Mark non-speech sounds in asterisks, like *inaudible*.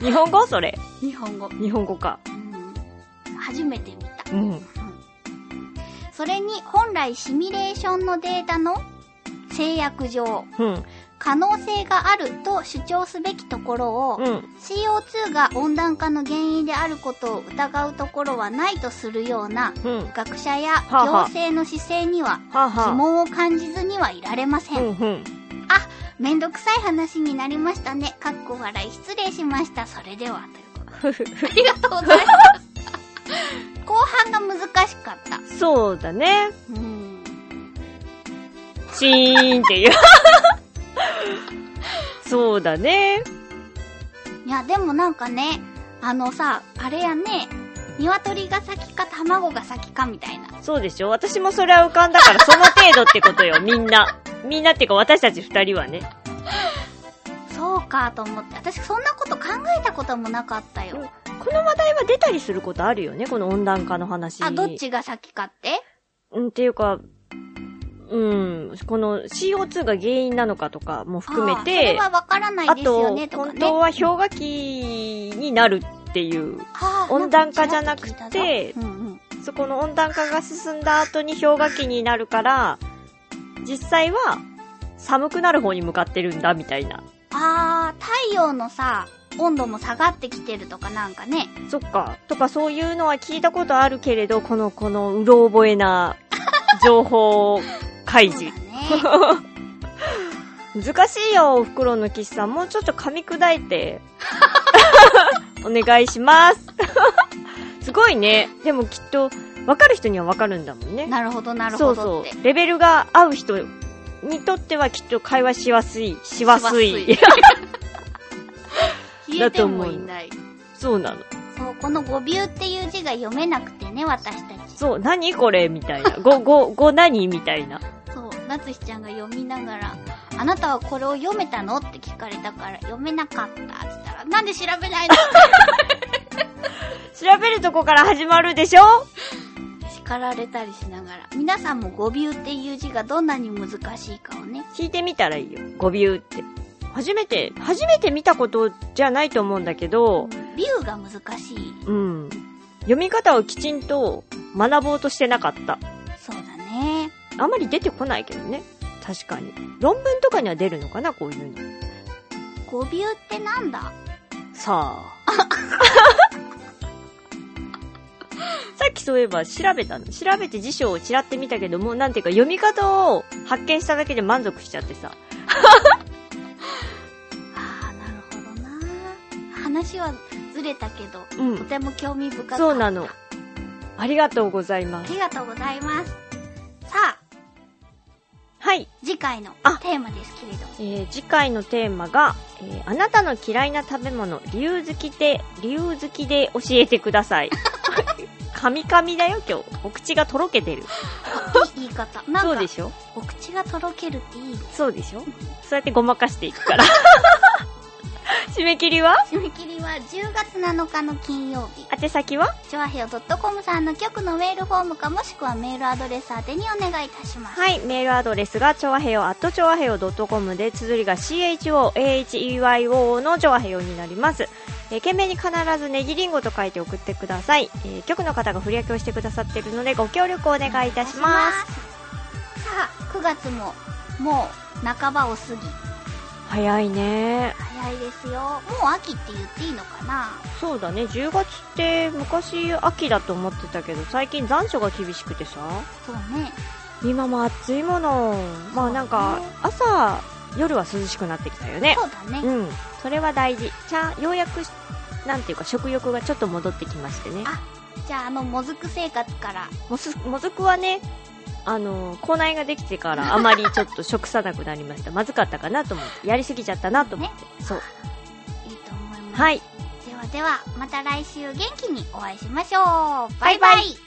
日本語それ。日本語。日本語か。うん初めて見た。うん。それに、本来シミュレーションのデータの制約上、うん。可能性があると主張すべきところを、うん。 CO2 が温暖化の原因であることを疑うところはないとするようなうん。は学者やはあ行はあ政の姿勢にはあ、疑は問を感じずにはいられませ。あ。うんんうん。めんどくさい話になりましたね。かっこ笑い失礼しました。それでは。ということでありがとうご *laughs* ざいます。後半が難しかった。そうだね。うん。シーンっていう。 *laughs* そうだね。いや、でもなんかね、あのさ、あれやね、鶏が先か卵が先かみたいな。そうでしょ私もそれは浮かんだから、その程度ってことよ、みんな。みんなっていうか、私たち二人はね。そうかと思って。私そんなこと考えたこともなかったよ。この話題は出たりすることあるよね、この温暖化の話。あ、どっちが先かってうん、っていうか、うん、この CO2 が原因なのかとかも含めあーそれて、はわからないですよね、とかね。本当は氷河期になるっていう、あー温暖化じゃなくてんかちらっと聞いたぞうんうん、そこの温暖化が進んだ後に氷河期になるから、実際は寒くなる方に向かってるんだみたいな。あー、太陽のさ、温度も下がってきてるとかなんかね。そっか。とかそういうのは聞いたことあるけれど、この、このうろ覚えな情報開そう示だ。ね。 *laughs* 難しいよ、おふくろの岸さん。もうちょっと噛み砕い *laughs* て。お願いします。す *laughs* ごいね。でもきっと、わかる人にはわかるんだもん *laughs* ね。なるほど、なるほどそっうて。そう。レベルが合う人にとってはきっと会話しやすい、しやすい。し *laughs* 消えてもいない。そうなの。そう、この語尾っていう字が読めなくてね、私たち。そう、何これみたいな。 *laughs* ご、ご、ご何みたいな。そう、なつひちゃんが読みながら、あなたはこれを読めたのって聞かれたから、読めなかった。って言ったら、なんで調べないの調べるとこから始まるでしょ叱られたりしながら。皆さんも語尾っていう字がどんなに難しいかをね。聞いてみたらいいよ。語尾って。初めて、初めて見たことじゃないと思うんだけど、ビューが難しい。うん。読み方をきちんと学ぼうとしてなかった。そうだね。あんまり出てこないけどね。確かに。論文とかには出るのかな、こういうの。語尾ってなんださあ。 *laughs* さっきそういえば調べたの。調べて辞書をちらってみたけども、なんていうか読み方を発見しただけで満足しちゃってさ。ああ、なるほどな。話はずれたけど、うとん。ても興味深かった。そうなの。ありがとうございまあす。りがとうございます。さあ、はい。次回のあテーマですけれど。えー次回のテーマが、えーあなたの嫌いな食べ物、理由好きで、理由好きで教えてくだ *laughs* さい。カミカミだよ、今日。お口がとろけてる。いい言い方。なそうんでか、しょお口がとろけるっていいね。そうでしょそうやってごまかしていくから。 *laughs* 締め切りは締め切りは10月7日の金曜日。宛先はチョアヘオ .com さんの局のメールフォームかもしくはメールアドレス宛てにお願いいたします。はい、メールアドレスが、ちょわへよ、アットちょわへよ .com で、綴りが CHOAHEYO のちょわへよになります。えー、懸命に必ずネギリンゴと書いて送ってください。えー、局の方が振り分けをしてくださっているので、ご協力をお願いいたします。す。さあ、9月ももう半ばを過ぎ。早いね。早いですよ。もう秋って言っていいのかなそうだね、10月って昔秋だと思ってたけど、最近残暑が厳しくてさ、そうね。今も暑いもの。まあなんか、朝、夜は涼しくなってきたよね。そうだね。うん、それは大事。ちゃん、ようやくし、なんていうか、食欲がちょっと戻ってきましてねあ。じゃあ、あの、もずく生活から。もず、もずくはね、あの、口内ができてからあまりちょっと食さなくなりました。まずかったかなと思って。やりすぎちゃったなと思って。そう。いいと思います。はい。ではでは、また来週元気にお会いしましょう。バイバイ